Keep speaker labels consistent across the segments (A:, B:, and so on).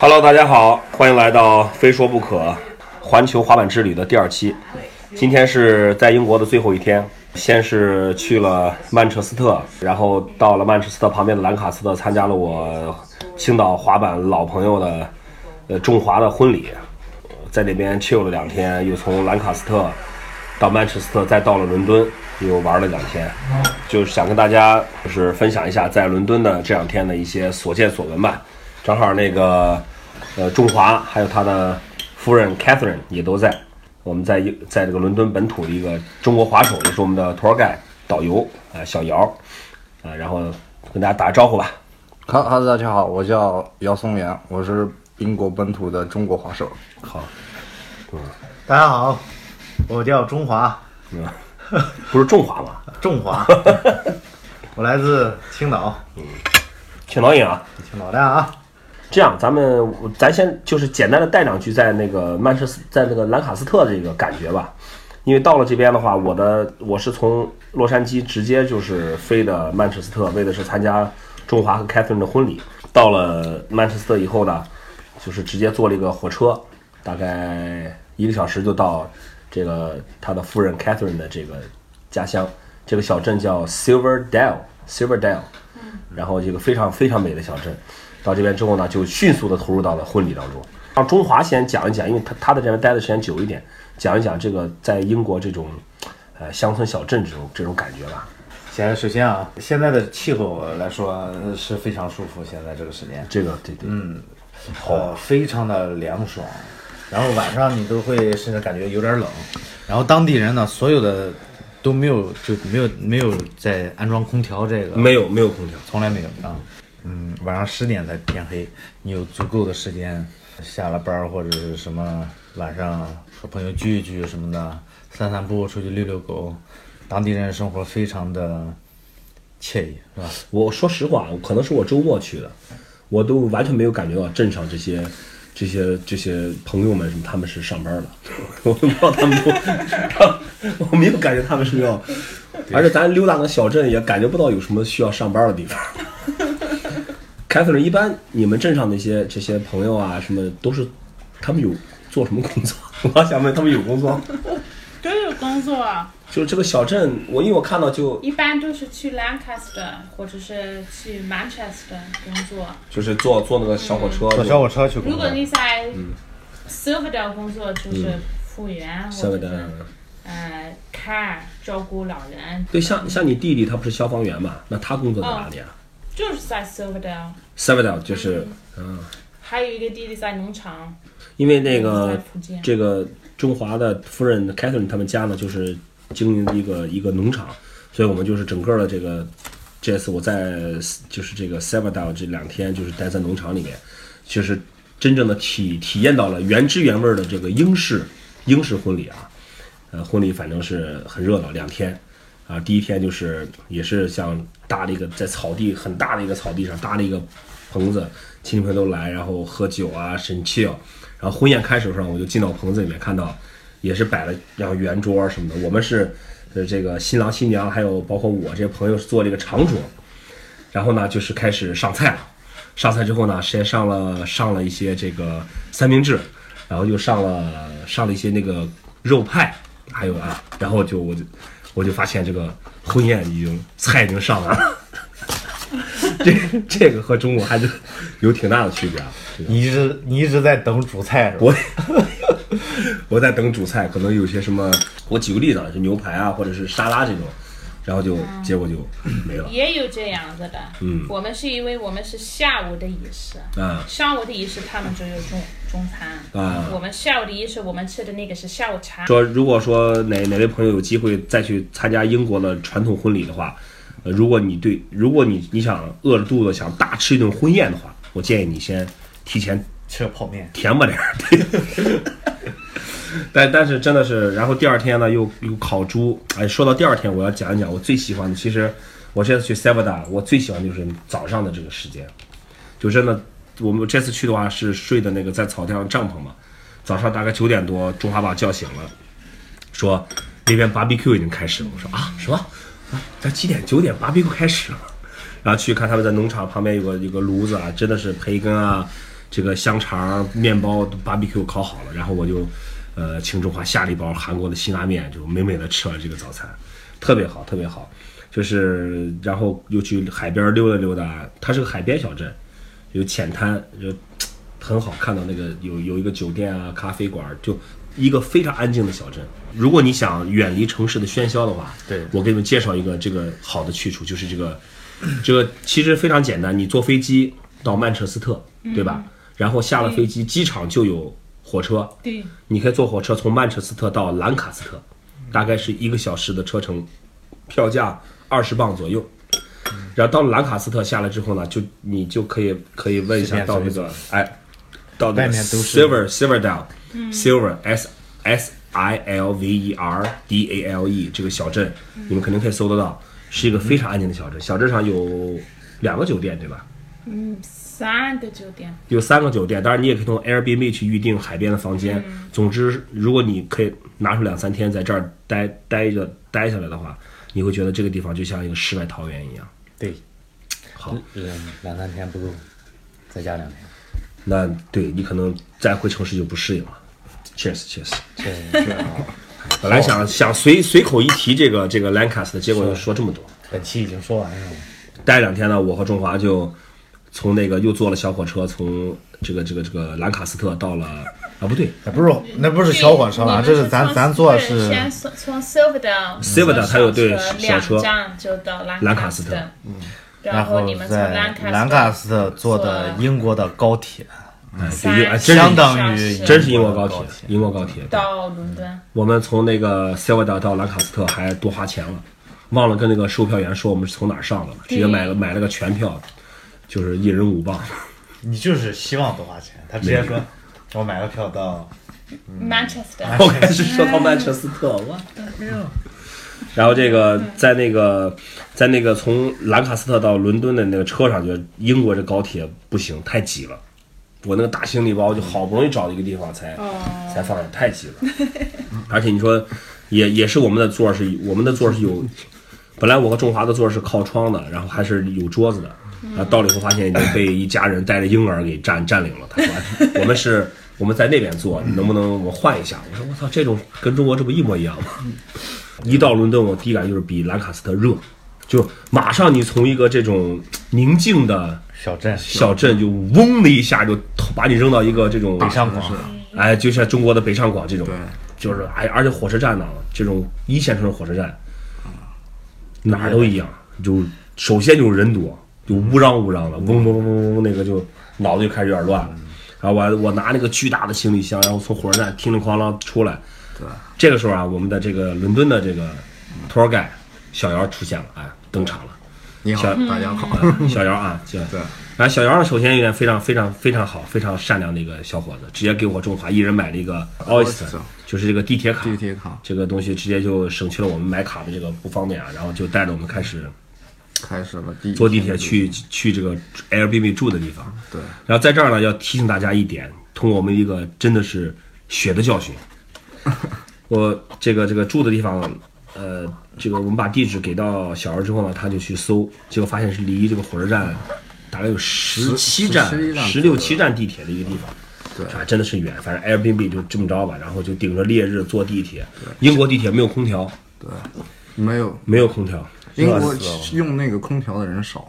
A: Hello，大家好，欢迎来到《非说不可》环球滑板之旅的第二期。今天是在英国的最后一天，先是去了曼彻斯特，然后到了曼彻斯特旁边的兰卡斯特，参加了我青岛滑板老朋友的呃中华的婚礼，呃在那边 chill 了两天，又从兰卡斯特到曼彻斯特，再到了伦敦，又玩了两天，就是想跟大家就是分享一下在伦敦的这两天的一些所见所闻吧。正好那个呃中华还有他的夫人 Catherine 也都在，我们在一在这个伦敦本土的一个中国滑手，也是我们的 tour guide 导游啊、呃小姚啊、呃然后跟大家打个招呼吧。
B: 哈哈喽，大家好，我叫姚松元，我是英国本土的中国滑手。
A: 好，
C: 大家好，我叫中华，
A: 嗯，不是中华吗？
C: 中 华，我来自青岛，
A: 青岛影啊。
C: 青岛的啊，
A: 这样，咱们咱先就是简单的带两句在那个曼彻斯，在那个兰卡斯特这个感觉吧，因为到了这边的话，我的我是从洛杉矶直接就是飞的曼彻斯特，为的是参加中华和 Catherine 的婚礼。到了曼彻斯特以后呢，就是直接坐了一个火车，大概一个小时就到这个他的夫人 Catherine 的这个家乡，这个小镇叫 Silverdale，Silverdale。然后这个非常非常美的小镇。到这边之后呢，就迅速的投入到了婚礼当中。让中华先讲一讲，因为他他在这边待的时间久一点，讲一讲这个在英国这种，呃，乡村小镇这种这种感觉吧。
C: 先首先啊，现在的气候来说呃是非常舒服，现在这个时间，
A: 这个对对，嗯，
C: 呃，非常的凉爽，然后晚上你都会甚至感觉有点冷，然后当地人呢，所有的都没有就没有没有在安装空调这个，
A: 没有没有空调，
C: 从来没有啊。嗯，晚上十点才天黑，你有足够的时间，下了班儿或者是什么晚上和朋友聚一聚什么的，散散步，出去遛遛狗。当地人生活非常的惬意，是吧？
A: 我说实话，可能是我周末去的，我都完全没有感觉到镇上这些、这些、这些朋友们什么他们是上班的， 我都不知道他们都，他我没有感觉他们是要，而且咱溜达个小镇也感觉不到有什么需要上班的地方。凯瑟琳，一般你们镇上那些这些朋友啊，什么都是，他们有做什么工作？ 我想问他们有工作？
D: 都有工作啊，
A: 就是这个小镇，我因为我看到就
D: 一般都是去 Lancaster 或者是去 Manchester 工作。
A: 就是坐坐那个小火车，
C: 坐小火车去工
D: 如
C: 作
D: 果，你在 Silverdale 工作，就是
A: 嗯
D: 服务员、
A: 下
D: 或
A: 面
D: 者
A: 的
D: 是呃 care 照顾老人，
A: 对，像像你弟弟他不是消防员嘛？那他工作在哪里
D: 哦
A: 啊
D: 就是在 Silverdale。
A: s e v e d a l 就是，嗯，
D: 还有一个弟弟在农场，
A: 因为那
D: 在
A: 个
D: 福建
A: 这个中华的夫人 Catherine 他们家呢，就是经营一个一个农场，所以我们就是整个的这个这次我在就是这个 s e v e d a l 这两天就是待在农场里面，就是真正的体体验到了原汁原味的这个英式英式婚礼啊，呃，婚礼反正是很热闹，两天。啊，第一天就是也是像搭了一个在草地很大的一个草地上搭了一个棚子，亲戚朋友都来，然后喝酒啊，神气哦。然后婚宴开始的时候，我就进到棚子里面，看到也是摆了然后圆桌什么的。我们是呃这个新郎新娘还有包括我这些朋友是坐了一个长桌，然后呢就是开始上菜了。上菜之后呢，先上了上了一些这个三明治，然后又上了上了一些那个肉派，还有啊，然后就我就我就发现这个婚宴已经菜已经上完了， 这这个和中国还是有挺大的区别啊。这个
C: 你一直你一直在等主菜是吧？
A: 我 我在等主菜，可能有些什么，我举个例子啊，就牛排啊，或者是沙拉这种，然后就结果就没了。
D: 也有这样子的。嗯，我们是因为我们是下午的仪式，
A: 啊
D: 上午的仪式他们只有中中餐，
A: 啊
D: 我们下午的仪式我们吃的那个是下午茶。
A: 说如果说哪哪位朋友有机会再去参加英国的传统婚礼的话，呃，如果你对，如果你你想饿着肚子想大吃一顿婚宴的话，我建议你先提前
C: 吃个泡面，
A: 甜吧点儿。 对但但是真的是，然后第二天呢，又又烤猪。哎，说到第二天，我要讲一讲我最喜欢的。其实我这次去塞伯达，我最喜欢就是早上的这个时间，就真的我们这次去的话是睡的那个在草地上帐篷嘛。早上大概九点多，中华把我叫醒了，说那边 BBQ 已经开始了。我说啊，什么？啊咱几点？九点 BBQ 开始了。然后去看他们在农场旁边有个有个炉子啊，真的是培根啊，这个香肠、面包、barbecue 烤好了，然后我就呃请中华下了一包韩国的辛拉面，就美美的吃完这个早餐，特别好，特别好。就是然后又去海边溜达溜达，它是个海边小镇，有浅滩，就很好看到那个有有一个酒店啊、咖啡馆，就一个非常安静的小镇。如果你想远离城市的喧嚣的话，
C: 对
A: 我给你们介绍一个这个好的去处，就是这个这个其实非常简单，你坐飞机到曼彻斯特，对吧？然后下了飞机，机场就有火车，
D: 对，
A: 你可以坐火车从曼彻斯特到兰卡斯特，大概是一个小时的车程，票价二十磅左右。然后到了兰卡斯特下来之后呢，就你就可以可以问一
C: 随
A: 下
C: 便
A: 到那
C: 走
A: 个哎，到那
C: 外
A: 个
C: 面都是
A: Silver Silverdale、Silver S S I L V E R D A L E 这个小镇，你们肯定可以搜得到，是一个非常安静的小镇。小镇上有两个酒店，对吧？
D: 三个酒店，
A: 有三个酒店，当然你也可以通过 Airbnb 去预定海边的房间。总之，如果你可以拿出两三天在这儿待待着待下来的话，你会觉得这个地方就像一个世外桃源一样。
C: 对，
A: 好，
C: 嗯，两三天不够，再加两天。
A: 那对你可能再回城市就不适应了。Cheers, cheers。
C: 这是啊，
A: 本来想想随随口一提这个这个 Lancaster，结果又说这么多。
C: 本期已经说完了。
A: 待两天呢，我和中华就从那个又坐了小火车，从这个这个这个兰卡斯特到了啊，不对
C: 那哎不是那不是小火车
D: 你
C: 啊，
D: 们
C: 这是咱
D: 从
C: 咱坐的
D: 对
C: 是
D: 先从从 Silverdale
A: Silverdale 它有对小
D: 两
A: 车
D: 站就到
A: 兰
D: 兰
A: 卡斯
D: 斯
A: 特
D: 特，然
C: 嗯然后
D: 你们从
C: 在
D: 兰
C: 兰
D: 卡
C: 卡斯特坐的英国的高铁，
A: 哎，
D: 三
A: 对，哎真是
D: 小
C: 相当于
D: 是
A: 真是英国高
C: 高
A: 铁，英国高铁。
D: 到伦敦，
A: 我们从那个 s i l v a d a 到兰卡斯特还多花钱了，忘了跟那个售票员说我们是从哪儿上的了，直接买了买了个全票，就是一人五磅。
C: 你就是希望多花钱。他直接说，我买个票到嗯哎
D: Manchester，
A: 我开始说到曼彻斯特，我的然后这个在那个在那个从兰卡斯特到伦敦的那个车上，就英国这高铁不行，太挤了。我那个大行李包就好不容易找了一个地方才、才放下，太挤了。而且你说也也是我们的座儿是我们的座儿是有，本来我和中华的座儿是靠窗的，然后还是有桌子的。然后到了以后发现已经被一家人带着婴儿给占占领了。他说哎我们是 我们在那边坐，你能不能我换一下？我说我操，这种跟中国这不一模一样吗？ 一到伦敦，我第一感就是比兰卡斯特热，就马上你从一个这种宁静的
C: 小镇
A: 小镇，就嗡的一下就把你扔到一个这种
C: 北上广，
A: 哎，就像中国的北上广这种
E: 对，
A: 就是哎，而且火车站呢，这种一线城市火车站，
E: 嗯
A: 哪儿都一样，就首先就是人多，就乌嚷乌嚷的，嗡嗡嗡嗡嗡，那个就脑子就开始有点
E: 嗯
A: 乱了。然后我我拿那个巨大的行李箱，然后从火车站叮铃哐啷出来。
E: 对，
A: 这个时候啊，我们的这个伦敦的这个托儿盖小姚出现了，哎，登场了。
E: 你好，大家好，
A: 小姚啊，对
E: 对
A: 然后小姚呢，首先有点非常非常非常好，非常善良的一个小伙子，直接给我中华一人买了一个 Oyster，
E: Oyster
A: 就是这个地铁卡，
E: 地铁卡
A: 这个东西直接就省去了我们买卡的这个不方便啊，然后就带着我们开始
E: 开始了第一
A: 坐地铁去去这个 Airbnb 住的地方。
E: 对，
A: 然后在这儿呢，要提醒大家一点，通过我们一个真的是血的教训，我这个这个住的地方，呃，这个我们把地址给到小姚之后呢，他就去搜，结果发现是离这个火车站大概有十七站、
E: 17站
A: 十六七站地铁的一个地方。
E: 对
A: 啊，真的是远，反正 Airbnb 就这么着吧，然后就顶着烈日坐地铁。英国地铁没有空调，
E: 对，没有
A: 没有空调，
E: 英国
C: 热死了
E: 用那个空调的人少，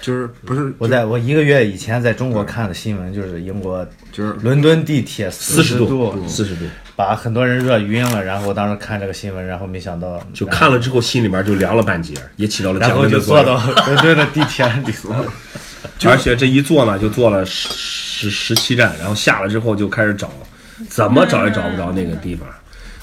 E: 就是不是
C: 我在我一个月以前在中国看的新闻就是英国，
E: 就是
C: 伦敦地铁
A: 四
C: 四
A: 十
C: 度，
A: 四十度。
C: 把很多人热晕了。然后我当时看这个新闻，然后没想到
A: 就，看了之后心里面就凉了半截，也起到了
C: 嗯然
A: 降
C: 后
A: 温
C: 就
A: 的作
C: 坐到
A: 用。
C: 伦敦的地铁 里。
A: 而且这一坐呢，就坐了十十十七站，然后下了之后就开始找，怎么找也找不着那个地方。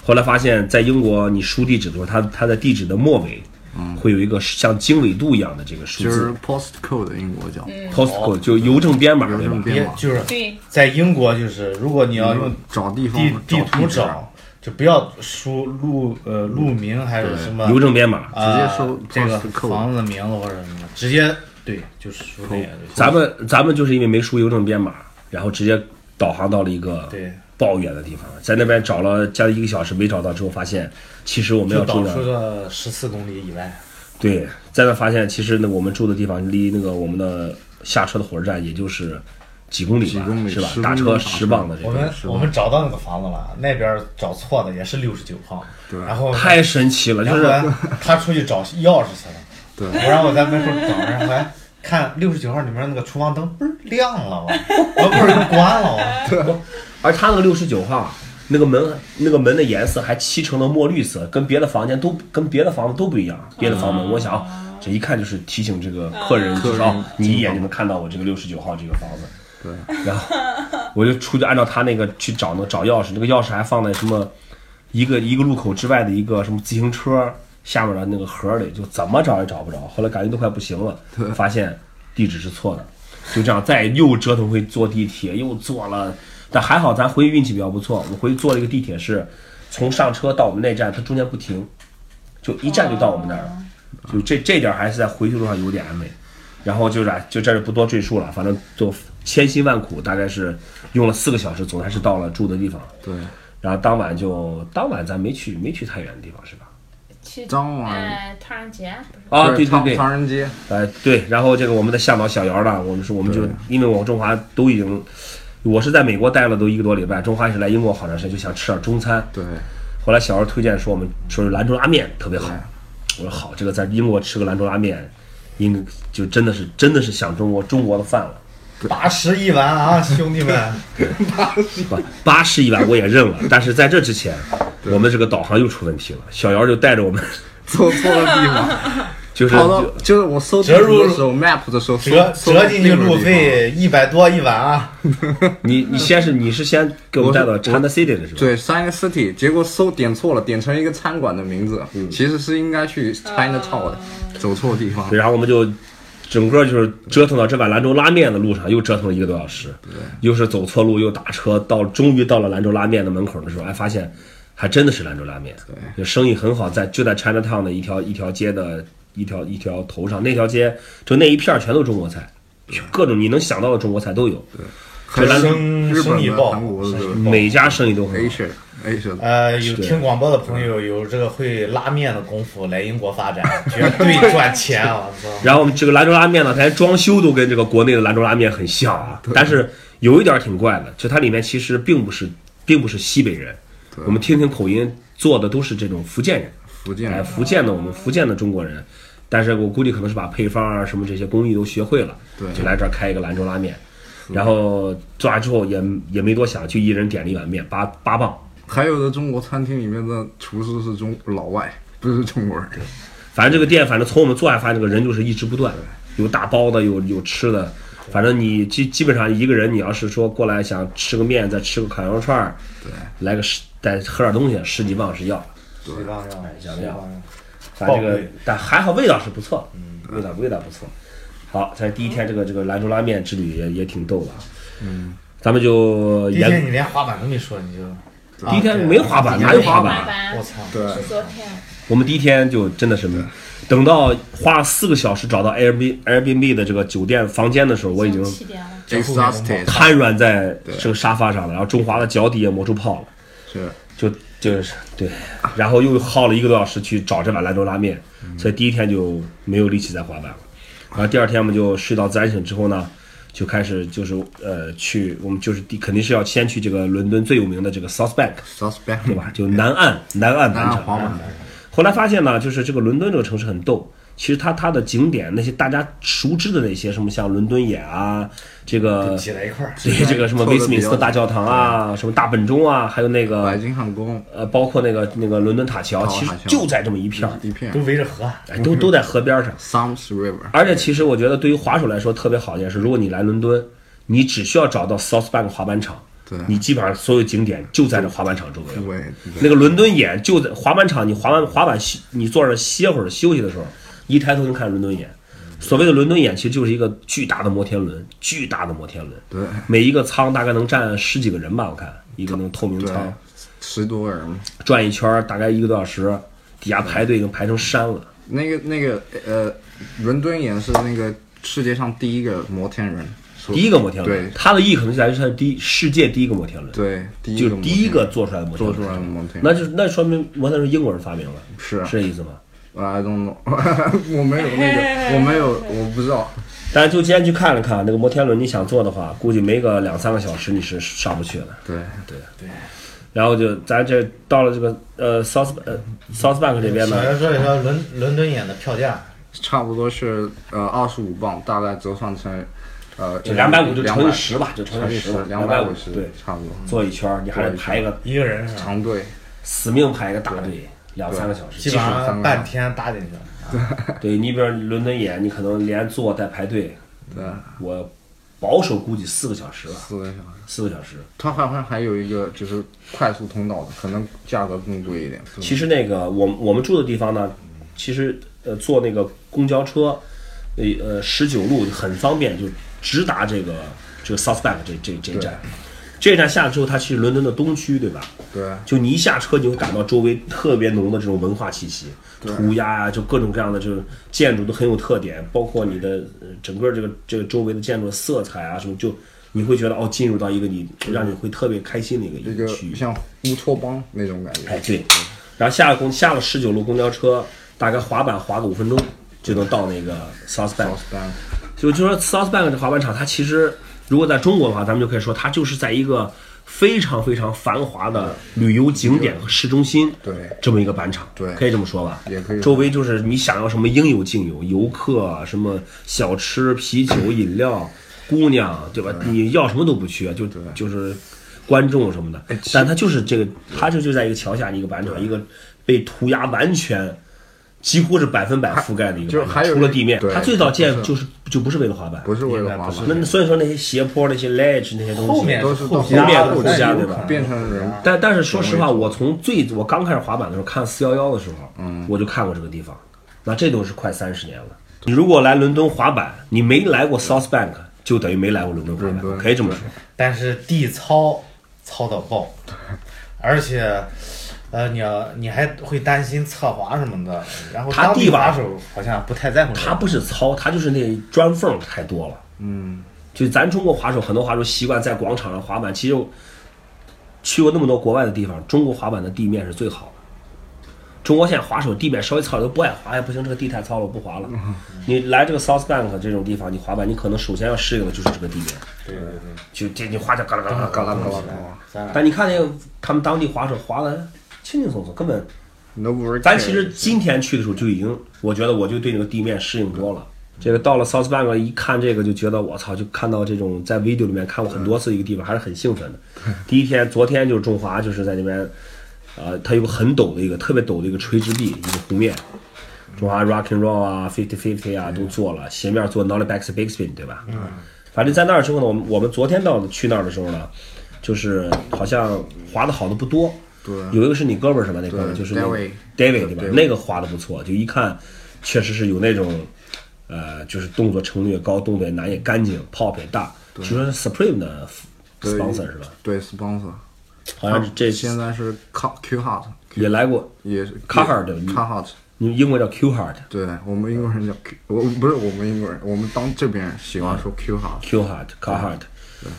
A: 后来发现，在英国你输地址的时候，它它在地址的末尾，
C: 嗯
A: 会有一个像经纬度一样的这个数
E: 就是
A: 字
E: postcode 英国叫，嗯，
C: 哦
A: ，postcode 就邮政编码对吧
E: 政？编
C: 也
E: 码，
C: 就是
D: 对，
C: 在英国，就是如果你要用
E: 嗯找地方
C: 地地图
E: 址
C: 找，就不要输路呃路名还是什么
A: 邮政编码。
C: 啊
E: 直接搜
C: 这个
E: postcode
C: 房子的名字或者什么，直接对就是输那个就行。
A: 咱们咱们就是因为没输邮政编码，然后直接导航到了一个
C: 对
A: 抱远的地方，在那边找了将近一个小时没找到之后，发现其实我们要
C: 就
A: 住
C: 导
A: 的
C: 出个十四公里以外，
A: 对，在那发现，其实呢，我们住的地方离那个我们的下车的火车站，也就是几公里吧，
E: 几公里
A: 是吧
E: 10？
A: 打
E: 公
A: 车
E: 里
A: 十磅的这
C: 我
A: 个，
C: 们我们找到那个房子了，那边找错的也是六十九磅，
E: 对
C: 然后
A: 太神奇了，就
C: 然
A: 是
C: 后来他出去找钥匙去了，
E: 对
C: 我让我在门口找，然后来看六十九号里面那个厨房灯不是亮了吗？我不是关了吗？
A: 而他那个六十九号，那个门那个门的颜色还漆成了墨绿色，跟别的房间都跟别的房子都不一样。别的房门，
C: 嗯
A: 我想啊，这一看就是提醒这个客人，
E: 客
A: 至
E: 人
A: 少你一眼就能看到我这个六十九号这个房子。
E: 对，
A: 然后我就出去按照他那个去找那找钥匙，那个钥匙还放在什么一个一个路口之外的一个什么自行车下面的那个盒里，就怎么找也找不着。后来感觉都快不行了，发现地址是错的，就这样再又折腾回坐地铁，又坐了。但还好咱回去运气比较不错，我回去坐了一个地铁是从上车到我们那站，它中间不停，就一站就到我们那儿了。就这这点儿还是在回去路上有点安慰。然后就是啊就这儿就不多赘述了，反正就千辛万苦，大概是用了四个小时，总还是到了住的地方。
E: 对，
A: 然后当晚就当晚咱没去没去太远的地方是吧？
D: 去
E: 张望
D: 呃唐人街，不是
A: 啊，对对
E: 唐
A: 对，
E: 唐人街，
A: 哎对，然后这个我们的向导小姚呢，我们说我们就因为我中华都已经，我是在美国待了都一个多礼拜，中华也是来英国好长时间，就想吃点中餐。
E: 对，
A: 后来小姚推荐说我们说是兰州拉面特别好，我说好，这个在英国吃个兰州拉面，英就真的是真的是想中国中国的饭了。
C: 八十一碗 啊，兄弟们！
A: 不，八十一碗我也认 了，但是在这之前，我们这个导航又出问题了。小姚就带着我们，
E: 走错了地方，
A: 就是
E: 跑到就是我搜地
C: 折入
E: 图的时候，map 的时候搜
C: 折
E: 搜
C: 折进去
E: 定的地
C: 路
E: 方
C: 费一百多一碗啊！
A: 你你先是你是先给我们带到 China City 的是吧？，
E: 对 China City，结果搜点错了，点成一个餐馆的名字，
C: 嗯
E: 其实是应该去 China Town 的，走错地方。
A: 然后我们就整个就是折腾到这碗兰州拉面的路上，又折腾了一个多小时，又是走错路，又打车，到终于到了兰州拉面的门口的时候，哎，发现还真的是兰州拉面，就生意很好，在就在 China Town 的一条一条街的一条一条头上，那条街就那一片儿全都是中国菜，各种你能想到的中国菜都有。
E: 还
A: 这
E: 有
C: 生
E: 日
C: 生
E: 本
C: 意
E: 的、
C: 爆，
E: 韩国的
C: 生意爆
A: 每家生意都很好。
E: Asia Asia 的，
C: 呃，有听广播的朋友，有这个会拉面的功夫来英国 发展，绝对赚钱啊！我操！
A: 然后我们这个兰州拉面呢，它连装修都跟这个国内的兰州拉面很像啊，但是有一点儿挺怪的，就它里面其实并不是并不是西北人，我们听听口音做的都是这种福建人，
E: 福建
A: 哎，
E: 人，
A: 福建的我们福建的中国人，但是我估计可能是把配方啊什么这些工艺都学会了，
E: 对
A: 就来这儿开一个兰州拉面，然后做完之后也也没多想，就一人点了一碗面，八八磅，
E: 还有的中国餐厅里面的厨师是中老外，不是中国人。
A: 反正这个店，反正从我们做爱发现，这个人就是一直不断，有打包的，有有吃的，反正你基基本上一个人，你要是说过来想吃个面，再吃个烤羊肉串儿，对，来个十，再喝点东西，十几磅是要的。
C: 水当上，
A: 想
C: 水
A: 不想
C: 当上。
A: 反正这
C: 爆
A: 个
C: 贵，
A: 但还好味道是不错，味道味道不错。好，咱第一天这个这个兰州拉面之旅也也挺逗的啊。嗯，咱们就
C: 第一天
A: 沿
C: 你连滑板都没说，你就啊
A: 第一天没滑板，
C: 对
A: 哪有滑板
D: 滑
A: 啊？
D: 板
C: 我操！
E: 对
D: 是昨天，
A: 我们第一天就真的是没，等到花了四个小时找到 Airbnb Airbnb 的这个酒店房间的时候，我已经
D: 七点了，
E: exhausted
A: 瘫软在这个沙发上了，然后中华的脚底也磨出泡了，
E: 是
A: 就就是对，然后又耗了一个多小时去找这碗兰州拉面，
E: 嗯
A: 所以第一天就没有力气再滑板了。然后第二天我们就睡到自然醒之后呢，就开始就是呃去我们就是第肯定是要先去这个伦敦最有名的这个 South Bank，
E: suspect
A: 对吧？就南岸南岸
E: 嗯南
A: 广
E: 岸
A: 场。
E: 滑板，
A: 后来发现呢，就是这个伦敦这个城市很逗。其实它它的景点那些大家熟知的那些什么像伦敦眼啊，这个
C: 挤在一块儿，
A: 这些这个什么
E: 凑得
A: 威斯敏斯特
E: 比较
A: 大教堂啊，什么大本钟啊，还有那
E: 白
A: 个
E: 金汉宫
A: 呃，包括那个那个伦敦塔桥，
E: 塔
A: 其实
E: 桥
A: 就在这么一片儿，
E: 一片
C: 都围着河，啊
A: 哎都都在河边上。
E: Thames River，
A: 而且其实我觉得对于滑手来说特别好一件事，如果你来伦敦，你只需要找到 South Bank 滑板场，
E: 对
A: 你基本上所有景点就在这滑板场周围。
E: 对
A: 那个伦敦眼就在滑板场，你滑完滑板休，你坐那儿歇会儿休息的时候，一抬头能看伦敦眼。所谓的伦敦眼，其实就是一个巨大的摩天轮，巨大的摩天轮，
E: 对
A: 每一个舱大概能站十几个人吧，我看一个那种透明
E: 对
A: 舱，，
E: 十多个人嘛。
A: 转一圈儿大概一个多小时，底下排队已经排成山了。
E: 那个那个呃，伦敦眼是那个世界上第一个摩天轮，说
A: 第一个摩天轮
E: 对，
A: 它的意义可能就在于它是第一世界第一个摩天轮，
E: 对，第一
A: 就
E: 个
A: 是
E: 摩
A: 第一
E: 天轮
A: 个做出来的摩天
E: 做
A: 轮，
E: 出来的摩天
A: 那
E: 轮，
A: 就是那说明摩天轮英国人发明了，
E: 是啊
A: 是这意思吗？
E: I don't know，我 没有那个，我没有，我不知道。
A: 但就今天去看了看那个摩天轮，你想坐的话，估计没个两三个小时你是上不去的。
E: 对，
A: 然后就咱这到了这个呃 South 呃 South Bank 这边
C: 小
A: 呢，
C: 袁说一说伦伦敦眼的票价，
E: 差不多是呃二十五磅，大概折算成呃
A: 就两百五就乘以
E: 200
A: 十吧，就乘
E: 乘
A: 以
E: 以
A: 十
E: 十
A: 吧，，
E: 两
A: 百
E: 五十，
A: 对，
E: 差不多。
A: 坐一圈儿你还得排一个
C: 一个人是吧？
E: 长队，
A: 死命排一个大队，两三个小
C: 基
A: 时。
C: 本
E: 基本
C: 上
E: 上
C: 半天搭进去了。
A: 对你比如伦敦眼，你可能连坐带排队，
E: 对，
A: 我保守估计四个小时吧，
E: 四个小时。
A: 四个小时。
E: 它好像还有一个就是快速通道的，可能价格更贵一点。
A: 其实那个我我们住的地方呢，其实呃坐那个公交车，呃呃十九路很方便，就直达这个这个 South Bank 这这这一站。这一站下了之后，它去伦敦的东区，对吧？
E: 对
A: 就你一下车，你会感到周围特别浓的这种文化气息，涂鸦啊，就各种各样的这种建筑都很有特点，包括你的呃整个这个这个周围的建筑的色彩啊什么，就你会觉得哦，进入到一个你让你会特别开心的一个
E: 一
A: 一
E: 个
A: 个区域。
E: 像乌托邦那种感
A: 哎，
E: 觉。
A: 对，然后下了公下了十九路公交车，大概滑板滑个五分钟就能到那个 South Bank。
E: South Bank
A: 就就说 South Bank 这滑板场，它其实如果在中国的话，咱们就可以说它就是在一个非常非常繁华的旅游景点和市中心，
E: 对
A: 这么一个板场，
E: 对
A: 可以这么说吧，
E: 也可以
A: 周围就是你想要什么应有尽有，游客啊什么小吃、啤 酒、饮料、姑娘，对吧？你要什么都不缺，就就是观众什么
E: 哎
A: 的，但它就是这个，它就就在一个桥下的一个板场，一个被涂鸦完全。几乎是百分百覆盖的一个板场，
E: 就是还有
A: 除了地面，
E: 对
A: 它最早建
E: 不是
A: 就是就不是为了滑板，
E: 不是为了滑
A: 那
E: 板，
A: 那所以说那些斜坡、那些 ledge 那些东西，
C: 后面
E: 都是到
C: 后加
A: 面
C: 的
A: 后
E: 后
A: 加
E: 期
A: 对吧
E: 变成人
A: 但但是说实话，我从最我刚开始滑板的时候看四幺幺的时候，嗯，我就看过这个地方，那这都是快三十年了。你如果来伦敦滑板，你没来过 South Bank，就等于没来过伦敦滑
E: 伦
A: 板，
E: 敦
A: 可以这么说。
C: 但是地糙糙到爆，而且，呃，你要你还会担心侧滑什么的，然后
A: 他
C: 当地
A: 地吧
C: 滑手好像不太在乎这
A: 它
C: 个。
A: 不是糙，它就是那砖缝太多了。嗯，就咱中国滑手，很多滑手习惯在广场上滑板，其实我去过那么多国外的地方，中国滑板的地面是最好的。中国现在滑手地面稍微糙点都不爱滑，哎不行，这个地太糙了，我不滑了。你来这个 South Bank 这种地方，你滑板，你可能首先要适应的就是这个地面，
C: 对对对，
A: 就这你滑着嘎啦嘎啦
E: 嘎
A: 嘎啦
E: 啦
A: 嘎
E: 嘎
A: 啦。
E: 啦嘎啦
C: 咱俩
A: 但你看那个他们当地滑手滑的轻轻松松，根本。
E: ，Nobody cares。
A: 咱其实今天去的时候就已经，我觉得我就对那个地面适应多
E: 嗯
A: 了。这个到了 South Bank 一看这个就觉得我操，就看到这种在 video 里面看过很多次一个地方，还是很兴 奋的。第一天，昨天就是中华，就是在那边，呃，它有个很陡的一个特别陡的一个垂直壁，一个湖面，中华 Rock and Roll 啊，Fifty Fifty 啊都做了，斜面做 Nollie Backs Big Spin 对吧？嗯，反正在那儿之后呢，我们我们昨天到的去那儿的时候呢，就是好像滑的好的不多，
E: 对
A: 有一个是你哥们儿是吧？那哥们儿
E: 对
A: 就是那个
E: David
A: David 对吧？
E: David
A: 那个滑的不错，就一看确实是有那种呃，就是动作程度也高，动作也难也干净，pop 也大，据说是 Supreme 的
E: 对
A: sponsor 是吧？
E: 对，sponsor。
A: 好像是这
E: 现在是 Q Q Hart，
A: 也来过，
E: 也是
A: Carhartt 的嗯
E: 卡哈特。
A: 你英文叫 Q Hard。
E: 对我们英国人叫 Q，我不是我们英国人，我们当这边人喜欢说 Q 哈。
A: Q Hard、Carhartt，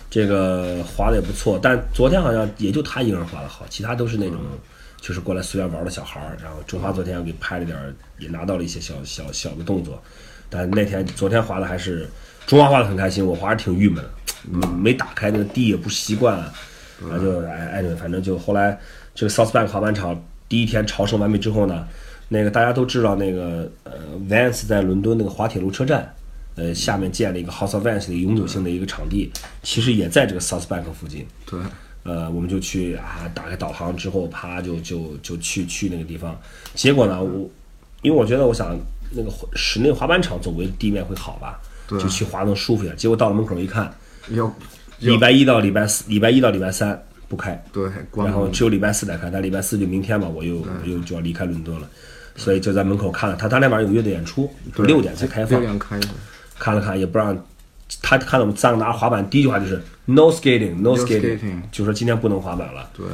A: 这个滑的也不错，但昨天好像也就他一个人滑的好，其他都是那种就是过来随便玩的小孩儿。然后中华昨天给拍了点儿，也拿到了一些小小小的动作，但那天昨天滑的还是中华滑的很开心，我滑的挺郁闷的，没打开那个地也不习惯，然后就哎哎，反正就后来这个 South Bank 滑板场第一天朝圣完毕之后呢。那个大家都知道，那个呃，Vans 在伦敦那个滑铁卢车站，呃，下面建了一个 House of Vans 的永久性的一个场地，其实也在这个 South Bank 附近。
E: 对，
A: 呃，我们就去啊，打开导航之后，啪就就就去去那个地方。结果呢，我因为我觉得我想那个滑室内滑板场总归地面会好吧，
E: 对啊
A: 就去滑能舒服一点。结果到了门口一看，
E: 要
A: 礼拜一到礼拜四，礼拜一到礼拜三不开，
E: 对关
A: 然后
E: 门
A: 只有礼拜四才开，但礼拜四就明天嘛，我又我又就要离开伦敦了，所以就在门口看了他当天晚上有乐队演出，
E: 对
A: 六点才开
E: 六
A: 放，
E: 点开始
A: 看了看也不让，他看到我们三个拿着滑板，第一句话就是 no skating no skating，
E: skating
A: 就说今天不能滑板了，
E: 对，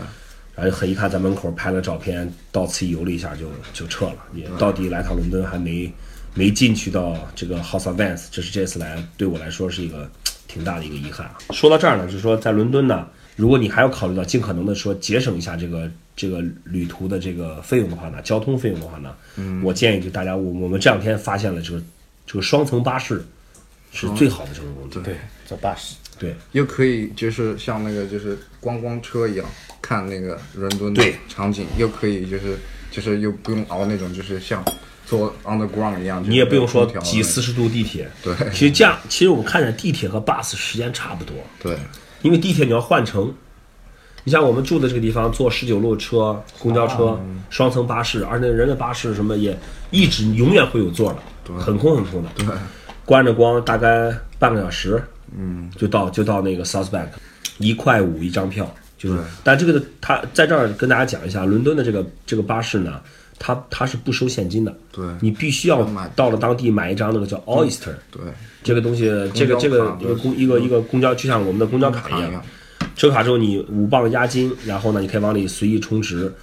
A: 然后很遗憾在门口拍了照片，到此一游了一下就就撤了，也到底来趟伦敦还没没进去到这个 House of Vans，这是这次来对我来说是一个挺大的一个遗憾啊。说到这儿呢，就是说在伦敦呢，如果你还要考虑到尽可能的说节省一下这个这个旅途的这个费用的话呢，交通费用的话呢，嗯，我建议就大家我我们这两天发现了这个这个双层巴士是最好的交通工具，
E: 对，
C: 走巴士，
A: 对
E: 又可以就是像那个就是观光车一样看那个伦敦的
A: 对
E: 场景，又可以就是就是又不用熬那种就是像坐 underground 一样，
A: 你也不用说
E: 就是没有空调的
A: 挤四十度地铁，
E: 对
A: 其实这样，其实我们看着地铁和 bus 时间差不多，
E: 对，
A: 因为地铁你要换乘，你像我们住的这个地方，坐十九路车、公交车、
E: 啊
A: 双层巴士，而且人的巴士什么也一直永远会有座的，很空很空的，对，关着光大概半个小时，嗯，就到就到那个 South Bank，一块五一张票，就是，但这个的它在这儿跟大家讲一下，伦敦的这个这个巴士呢。它它是不收现金的，
E: 对
A: 你必须要
E: 买
A: 到了当地买一张那个叫 Oyster，、
E: 对，
A: 这个东西，这个这个
E: 卡
A: 一个公一个一个公交，就像我们的公交卡
E: 卡
A: 一
E: 一
A: 样
E: 样，
A: 车卡之后你五磅押金，然后呢，你可以往里随意充值，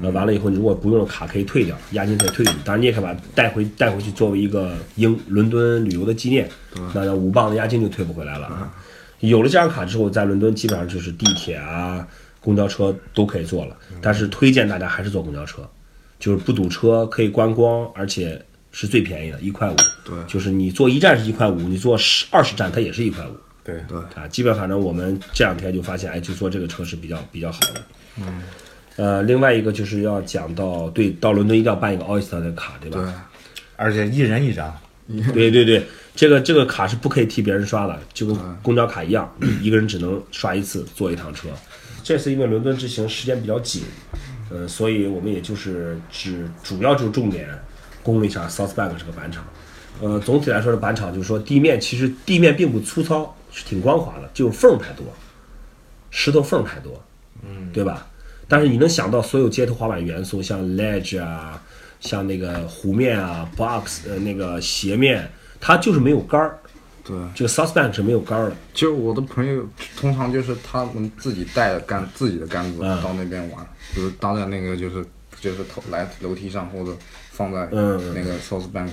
A: 呃，完了以后你如果不用了卡可以退掉，押金可以退给你，当然你也可以把它带回带回去作为一个英伦敦旅游的纪念，那那五磅的押金就退不回来了啊。有了这张卡之后，在伦敦基本上就是地铁啊、公交车都可以坐了，但是推荐大家还是坐公交车，就是不堵车，可以观光，而且是最便宜的，一块五。
E: 对
A: 就是你坐一站是一块五，你坐十二十站它也是一块五。
C: 对
E: 对
A: 啊，基本反正我们这两天就发现，哎，就坐这个车是比较比较好的。嗯。呃，另外一个就是要讲到，对，到伦敦一定要办一个 Oyster 的卡，对吧？
E: 对，
C: 而且一人一张，
A: 对对对，这个这个卡是不可以替别人刷的，就跟公交卡一样，一个人只能刷一次，坐一趟车。这次因为伦敦之行时间比较紧，呃，所以我们也就是只主要就重点攻了一下 South Bank 这个板场。呃，总体来说的板场就是说地面其实地面并不粗糙，是挺光滑的，就是缝儿太多，石头缝儿太多，嗯，对吧？但是你能想到所有街头滑板元素，像 ledge 啊，像那个弧面啊，box 呃那个斜面，它就是没有杆儿。
E: 对，
A: 这个 South Bank 是没有杆儿的，
E: 就我的朋友通常就是他们自己带着杆自己的杆子
A: 嗯
E: 到那边玩，比如搭在那个就是就是头来楼梯上或者放在
A: 嗯
E: 那个 south bank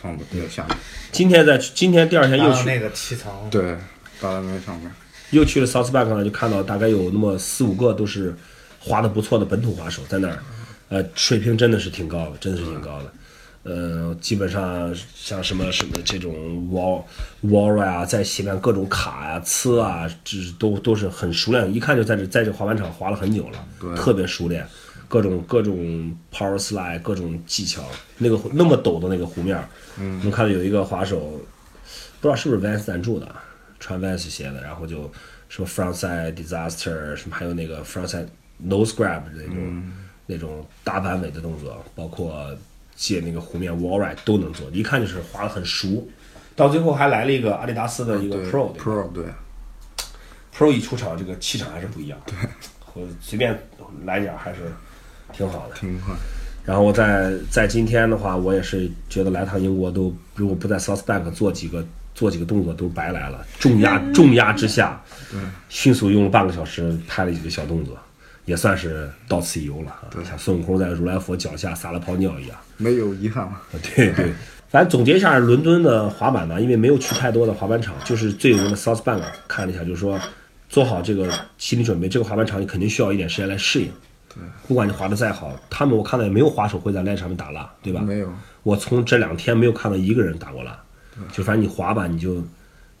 E: 放的那个下面，
A: 今天在今天第二天又
C: 搭
A: 去、
C: 啊那个七层，
E: 对，搭在那个上面，
A: 又去了 South Bank 呢，就看到大概有那么四五个都是滑的不错的本土滑手在那儿，呃，水平真的是挺高的，真的是挺高的。呃，基本上像什么什么这种 wall wall 啊，在斜面各种卡啊、呲啊，这都都是很熟练，一看就在这在这滑板场滑了很久了，特别熟练，各种各种 power slide，各种技巧。那个那么陡的那个湖面，嗯，能看到有一个滑手不知道是不是 Vans 赞助的，啊，穿 Vans 鞋的，然后就什么 frontside disaster，什么还有那个 frontside nose grab 那种、那种大板尾的动作，包括借那个湖面 wall ride 都能做，一看就是滑的很熟。到最后还来了一个阿迪达斯的一个
E: 对
A: Pro 对吧
E: pro 对，
A: Pro 一出场，这个气场还是不一样。对，我随便来点儿还是挺好的。
E: 挺快，
A: 然后我在在今天的话，我也是觉得来趟英国都如果不在 South Bank 做几个做几个动作都白来了，重压重压之下，迅速用了半个小时拍了几个小动作，也算是到此一游了啊，像孙悟空在如来佛脚下撒了泡尿一样。
E: 没有遗憾嘛，
A: 对对，反正总结一下，伦敦的滑板呢，因为没有去太多的滑板场，就是最有名的 South Bank 看了一下，就是说做好这个心理准备，这个滑板场你肯定需要一点时间来适应。不管你滑得再好，他们我看到也没有滑手会在 ledge 上面打蜡，对吧？
E: 没有，
A: 我从这两天没有看到一个人打过蜡，就反正你滑吧，你就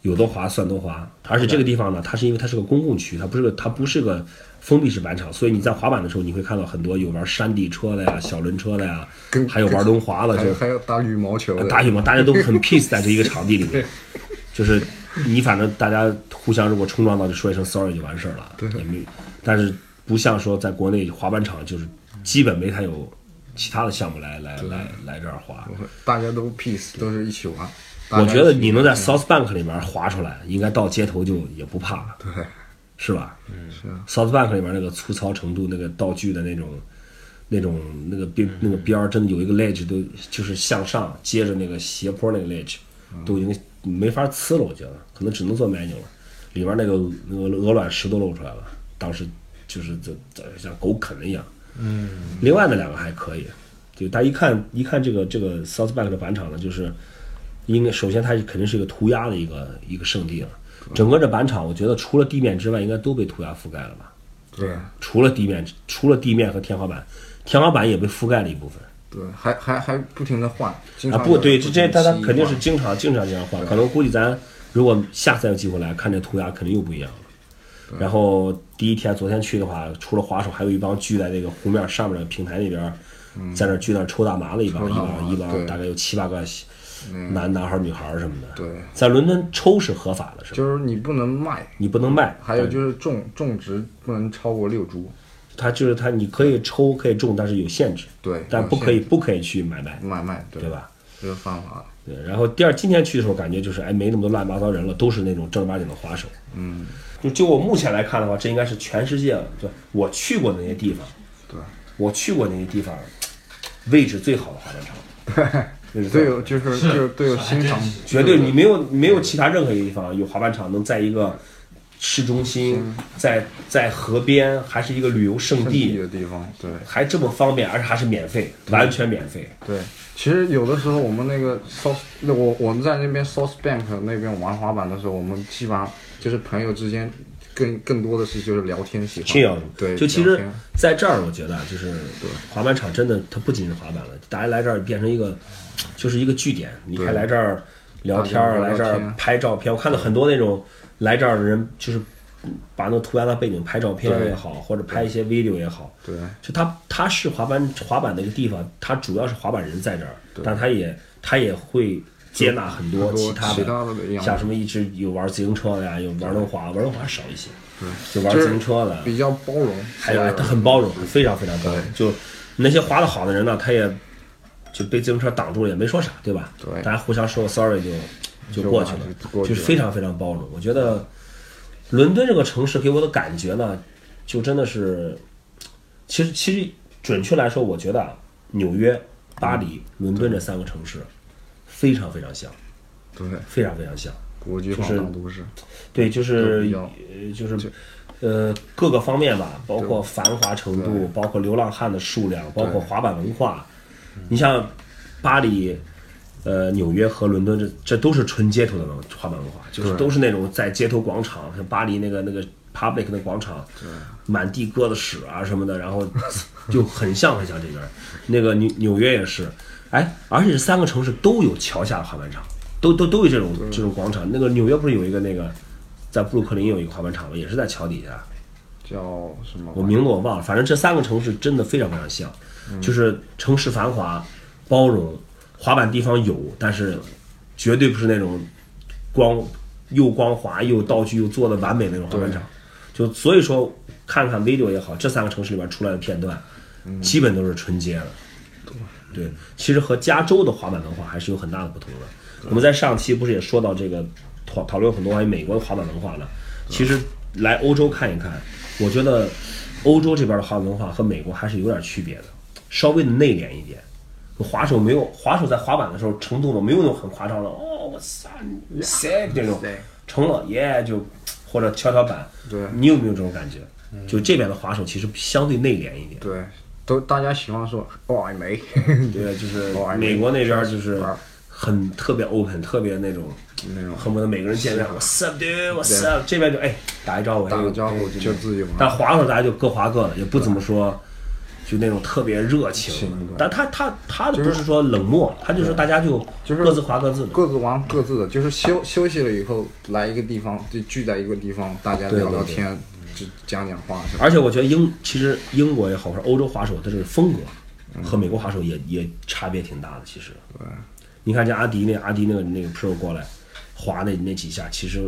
A: 有多滑算多滑。而且这个地方呢，它是因为它是个公共区，它不是个它不是个封闭式板场，所以你在滑板的时候，你会看到很多有玩山地车的呀、小轮车的呀
E: 跟，
A: 还有玩轮滑的，
E: 还
A: 就
E: 有还有打羽毛球的，
A: 打羽毛，大家都很 peace 在这一个场地里面，就是你反正大家互相如果冲撞到就说一声 sorry 就完事儿了，也没，但是不像说在国内滑板场就是基本没太有其他的项目来来来来这儿滑。
E: 大家都 peace，都是一起玩。
A: 我觉得你能在
E: 大家
A: South Bank 里面滑出来，应该到街头就也不怕了，
E: 一起对
A: 是吧？嗯
E: 是啊
A: South Bank 里面那个粗糙程度，那个道具的那种、那种、那个边、
E: 嗯
A: 那个边儿，真的有一个 ledge 都就是向上接着那个斜坡那个 ledge，都已
E: 嗯
A: 经没法呲了，我觉得可能只能做 manual 了。里面那个那个鹅卵石都露出来了，当时就是这这像狗啃了一样。嗯，另外那两个还可以，就大家一看一看这个这个 South Bank 的板场呢，就是应该首先它是肯定是一个涂鸦的一个一个圣地了。整个这板场，我觉得除了地面之外，应该都被涂鸦覆盖了吧？
E: 对
A: 除了地面，除了地面和天花板，天花板也被覆盖了一部分。
E: 对，还还还不停的换，经
A: 啊，
E: 常
A: 不
E: 有
A: 对，
E: 不
A: 这
E: 停
A: 这
E: 地
A: 他他
E: 新
A: 肯定是
E: 换
A: 经常经常这样换，可能估计咱如果下次有机会来看这涂鸦，肯定又不一样了。然后第一天昨天去的话，除了滑手，还有一帮聚在那个湖面上面的平台那边，在那儿聚那儿抽大麻的一帮一
E: 嗯抽大麻
A: 帮一帮，
E: 对嗯
A: 大概有七八个小男男孩儿女孩儿什么的。
E: 对，
A: 在伦敦抽是合法的，是吧？
E: 就是你不能卖，
A: 你不能卖，
E: 还有就是种种植不能超过六株，
A: 它就是它，你可以抽可以种，但是有限制，
E: 对，
A: 但
E: 有
A: 不可以
E: 限
A: 不可以去买卖
E: 制，嗯买卖，对
A: 对？吧？
E: 这是犯法的。
A: 对，然后第二今天去的时候，感觉就是哎，没那么多乱七八糟人了，都是那种正儿八经的滑手。嗯，就就我目前来看的话，这应该是全世界对我去过的那些地方，
E: 对，
A: 我去过那些地方，位置最好的滑板场。对，
E: 队友就是就是队友欣赏，
A: 绝对你没有没有其他任何一个地方有滑板场能在一个市中心，在在河边，还是一个旅游胜
E: 圣
A: 地，
E: 地的地方，对
A: 还这么方便，而且还是免费，完全免费。
E: 对。其实有的时候我们那个 South，那我我们在那边 South Bank 那边玩滑板的时候，我们基本上就是朋友之间更更多的是就是聊天喜欢
A: chill，
E: 对，
A: 就其
E: 聊
A: 实
E: 天
A: 在这儿，我觉得啊就是滑板场真的，它不仅是滑板了，大家来这儿变成一个，就是一个据点，你还来这儿聊天儿，
E: 大家
A: 来
E: 聊
A: 这
E: 天
A: 儿拍照片。我看到很多那种来这儿的人，就是把那涂鸦当背景拍照片也好，或者拍一些 video 也好，
E: 对
A: 就它它是滑板滑板的一个地方，它主要是滑板人在这儿，但它也它也会接纳很多
E: 很多
A: 其他
E: 其他的样
A: 像
E: 子
A: 什么一直有玩自行车的呀，有玩轮滑，玩轮滑少一些，就玩
E: 就
A: 自
E: 是
A: 行车的，
E: 比较包容，
A: 还有他很包容，非常非常包容。就那些滑得好的人呢，他也就被自行车挡住了，也没说啥，对吧？
E: 对
A: 大家互相说个 sorry 就就
E: 就
A: 过去了
E: 完就，过去
A: 就
E: 了
A: 是非常非常包容。我觉得伦敦这个城市给我的感觉呢，就真的是，其实其实准确来说，我觉得啊，纽约、巴
E: 嗯
A: 黎、伦敦这三个城市非常非常像，
E: 对
A: 非常非常像。
E: 国际
A: 就
E: 化
A: 是
E: 大都市，
A: 对，就是
E: 就比较
A: 呃，就是呃各个方面吧，包括繁华程度，包括流浪汉的数量，包括滑板文化。你像巴黎、呃纽约和伦敦，这这都是纯街头的文滑板文化，就是都是那种在街头广场，像巴黎那个那个 public 那广场，满地鸽子屎啊什么的，然后就很像很像这边儿。那个纽纽约也是，哎，而且这三个城市都有桥下滑板场，都都都有这种这种广场。那个纽约不是有一个那个在布鲁克林有一个滑板场吗？也是在桥底下，
E: 叫什么？
A: 我名字我忘了。反正这三个城市真的非常非常像，就是城市繁华、包容，滑板地方有，但是绝对不是那种光又光滑又道具又做的完美的那种滑板场。就所以说，看看 video 也好，这三个城市里边出来的片段，基本都是纯洁的。对，其实和加州的滑板文化还是有很大的不同的。我们在上期不是也说到这个讨讨论很多关于美国的滑板文化了？其实来欧洲看一看，我觉得欧洲这边的滑板文化和美国还是有点区别的，稍微的内敛一点。滑手没有滑手在滑板的时候程度呢，没有那种很夸张的哦，我操，你 sick 这种
E: 啊对
A: 成了耶就或者跷跷板，
E: 对嗯
A: 你有没有这种感觉？就这边的滑手其实相对内敛一点，
E: 对，都大家喜欢说 哦，还没，
A: 对， 就是
E: 哦
A: 美国那边就是
E: 玩儿
A: 很特别 open，特别那种
E: 那种啊
A: 恨不得每个人见面我 s up dude，我 s up，这边就哎打一招呼，
E: 打个
A: 哎
E: 招呼就自己
A: 但
E: 玩，
A: 滑的时候大家就各滑各的，也不怎么说就那种特别热情。但他他他的不是说冷漠，他就是大家就
E: 就是
A: 各自滑各自的。
E: 各自玩各自的，就是休休息了以后来一个地方就聚在一个地方，大家
A: 对
E: 聊聊
A: 对对
E: 天，就讲讲话什么。
A: 而且我觉得英其实英国也好，或者欧洲滑手的这个风格和美国滑手也也差别挺大的。其实，你看这阿迪那阿迪那个那个 pro 过来滑那那几下，其实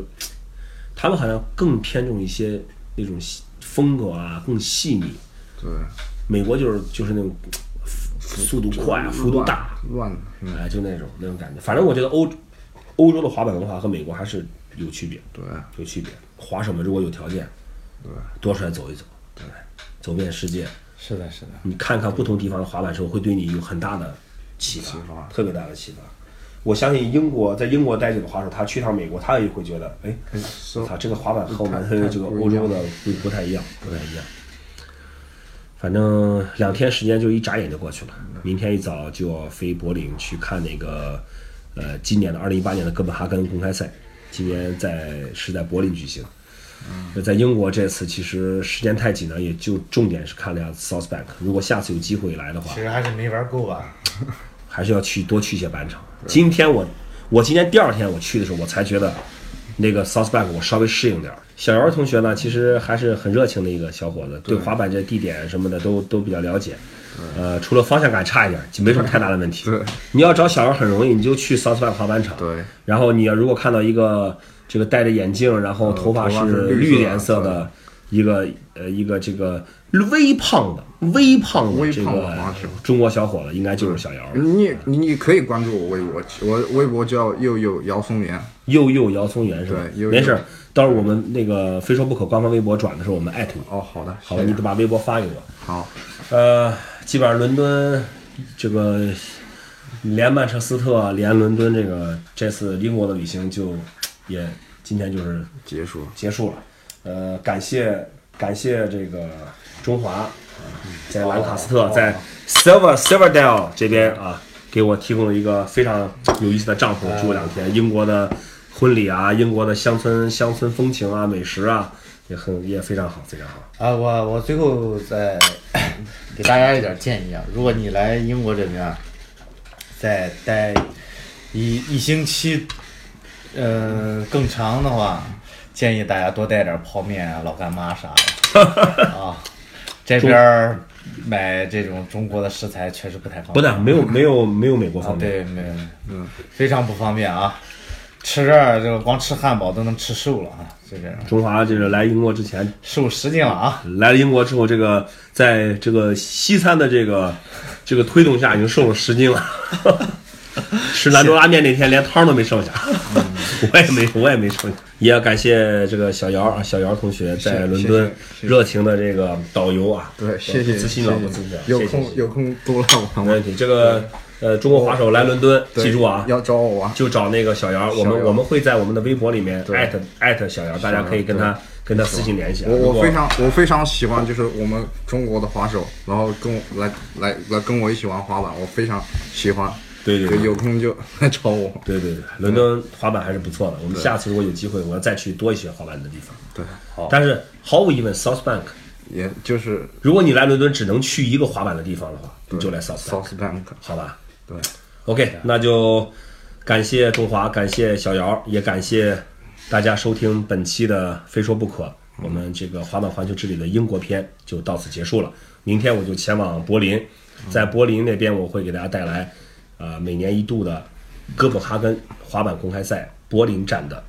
A: 他们好像更偏重一些那种细风格啊，更细腻。
E: 对，
A: 美国就是就是那种速度快、幅度大，
E: 乱，嗯
A: 哎，就那种那种感觉。反正我觉得欧欧洲的滑板文化和美国还是有区别，
E: 对
A: 有区别。滑手们如果有条件，
E: 对
A: 多出来走一走，对，走遍世界。
C: 是的，是的，
A: 你看看不同地方的滑板时候，会对你有很大的启发，
E: 启发
A: 特别大的启发。我相信英国在英国待久的滑手，他去趟美国，他也会觉得，哎，
E: 是
A: 我操，这个滑板和我们
E: 太
A: 这个
E: 不一
A: 欧洲
E: 样
A: 的不不太一样，不太一样。反正两天时间就一眨眼就过去了，明天一早就要飞柏林去看那个呃，今年的二零一八年的哥本哈根公开赛，今年在是在柏林举行。那在英国这次其实时间太紧了，也就重点是看了一下 South Bank。如果下次有机会来的话
C: 其，实还是没玩够吧。
A: 还是要去多去一些板场。今天我我今天第二天我去的时候，我才觉得那个 South Bank 我稍微适应点儿。小姚同学呢，其实还是很热情的一个小伙子，对滑板这地点什么的都都比较了解。呃，除了方向感差一点，就没什么太大的问题。
E: 嗯对，
A: 你要找小姚很容易，你就去 South Bank 滑板场。
E: 对，
A: 然后你要如果看到一个这个戴着眼镜，然后头发
E: 呃头发是
A: 是
E: 绿色
A: 绿颜色
E: 的
A: 的一个呃一个这个微胖的微胖的
E: 微
A: 这
E: 胖的
A: 个
E: 滑手
A: 中国小伙子，应该就是小姚。
E: 你你你可以关注我微博，我微博叫又有姚松岩，
A: 又又姚松元是吧？
E: 对又又
A: 没事儿，到时候我们那个非说不可官方微博转的时候，我们艾特你。
E: 哦，好的，
A: 好
E: 谢
A: 吧，
E: 谢
A: 你把微博发给我。
E: 好，
A: 呃，基本上伦敦这个连曼彻斯特连伦敦这个这次英国的旅行就也今天就是
E: 结束，
A: 结束了。呃，感谢感谢这个中华啊，在兰卡斯特，在 Silver Silverdale 这边啊，给我提供了一个非常有意思的帐篷，住了两天。英国的婚礼啊，英国的乡村乡村风情啊，美食啊，也很也非常好，非常好。
C: 啊，我我最后再给大家一点建议啊，如果你来英国这边啊，再待一一星期，呃，更长的话，建议大家多带点泡面啊、老干妈啥 的啊。这边儿买这种中国的食材确实不太方便，
A: 不但没有没有没有美国
C: 啊
A: 方，便，
C: 对，没有，嗯，非常不方便啊。吃这儿就光吃汉堡都能吃瘦了啊，就这样，
A: 中华这个来英国之前
C: 瘦十斤了啊。
A: 来了英国之后，这个在这个西餐的这个这个推动下，已经瘦了十斤了。 吃兰州拉面那天连汤都没剩下，
E: 嗯
A: 我也没我也没剩下。也要感谢这个小姚啊，小姚同学在伦敦
E: 谢谢
A: 热情的这个导游啊，
E: 对，谢谢，
A: 不自信了，不自信了，
E: 有
A: 谢谢
E: 空有空多来玩
A: 没
E: 玩，
A: 问题。这个呃，中国滑手来伦敦，
E: 对
A: 记住啊，
E: 要找我玩，
A: 就找那个小姚，我
E: 小
A: 们
E: 姚
A: 我们会在我们的微博里面
E: 对
A: 艾特艾特小姚，大家可以跟他跟他私信联系啊。
E: 我
A: 如
E: 我
A: 果
E: 非常我非常喜欢就是我们中国的滑手，然后跟我来来来跟我一起玩滑板，我非常喜欢，
A: 对对对
E: 有空就 来找我，
A: 对对对，伦敦滑板还是不错的。我们下次如果有机会，我要再去多一些滑板的地方。
E: 嗯对，
A: 但是毫无疑问，South Bank，
E: 也就是
A: 如果你来伦敦只能去一个滑板的地方的话，你就来 South Bank，
E: South Bank，
A: 好吧
E: 对，
A: ？OK，那就感谢中华，感谢小姚，也感谢大家收听本期的《非说不可》。我们这个滑板环球之旅的英国篇就到此结束了。明天我就前往柏林，在柏林那边我会给大家带来，呃，每年一度的哥本哈根滑板公开赛柏林站的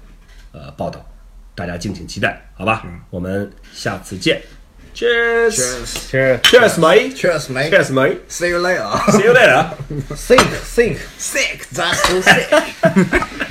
A: 呃报道，大家敬请期待，好吧？我们下次见，Cheers，Cheers，mate，Cheers，mate。
C: Cheers.
E: Cheers mate.
A: Cheers, mate.
E: See you later.
A: See you later.
C: Sick, sick.
E: Sick. That's so sick.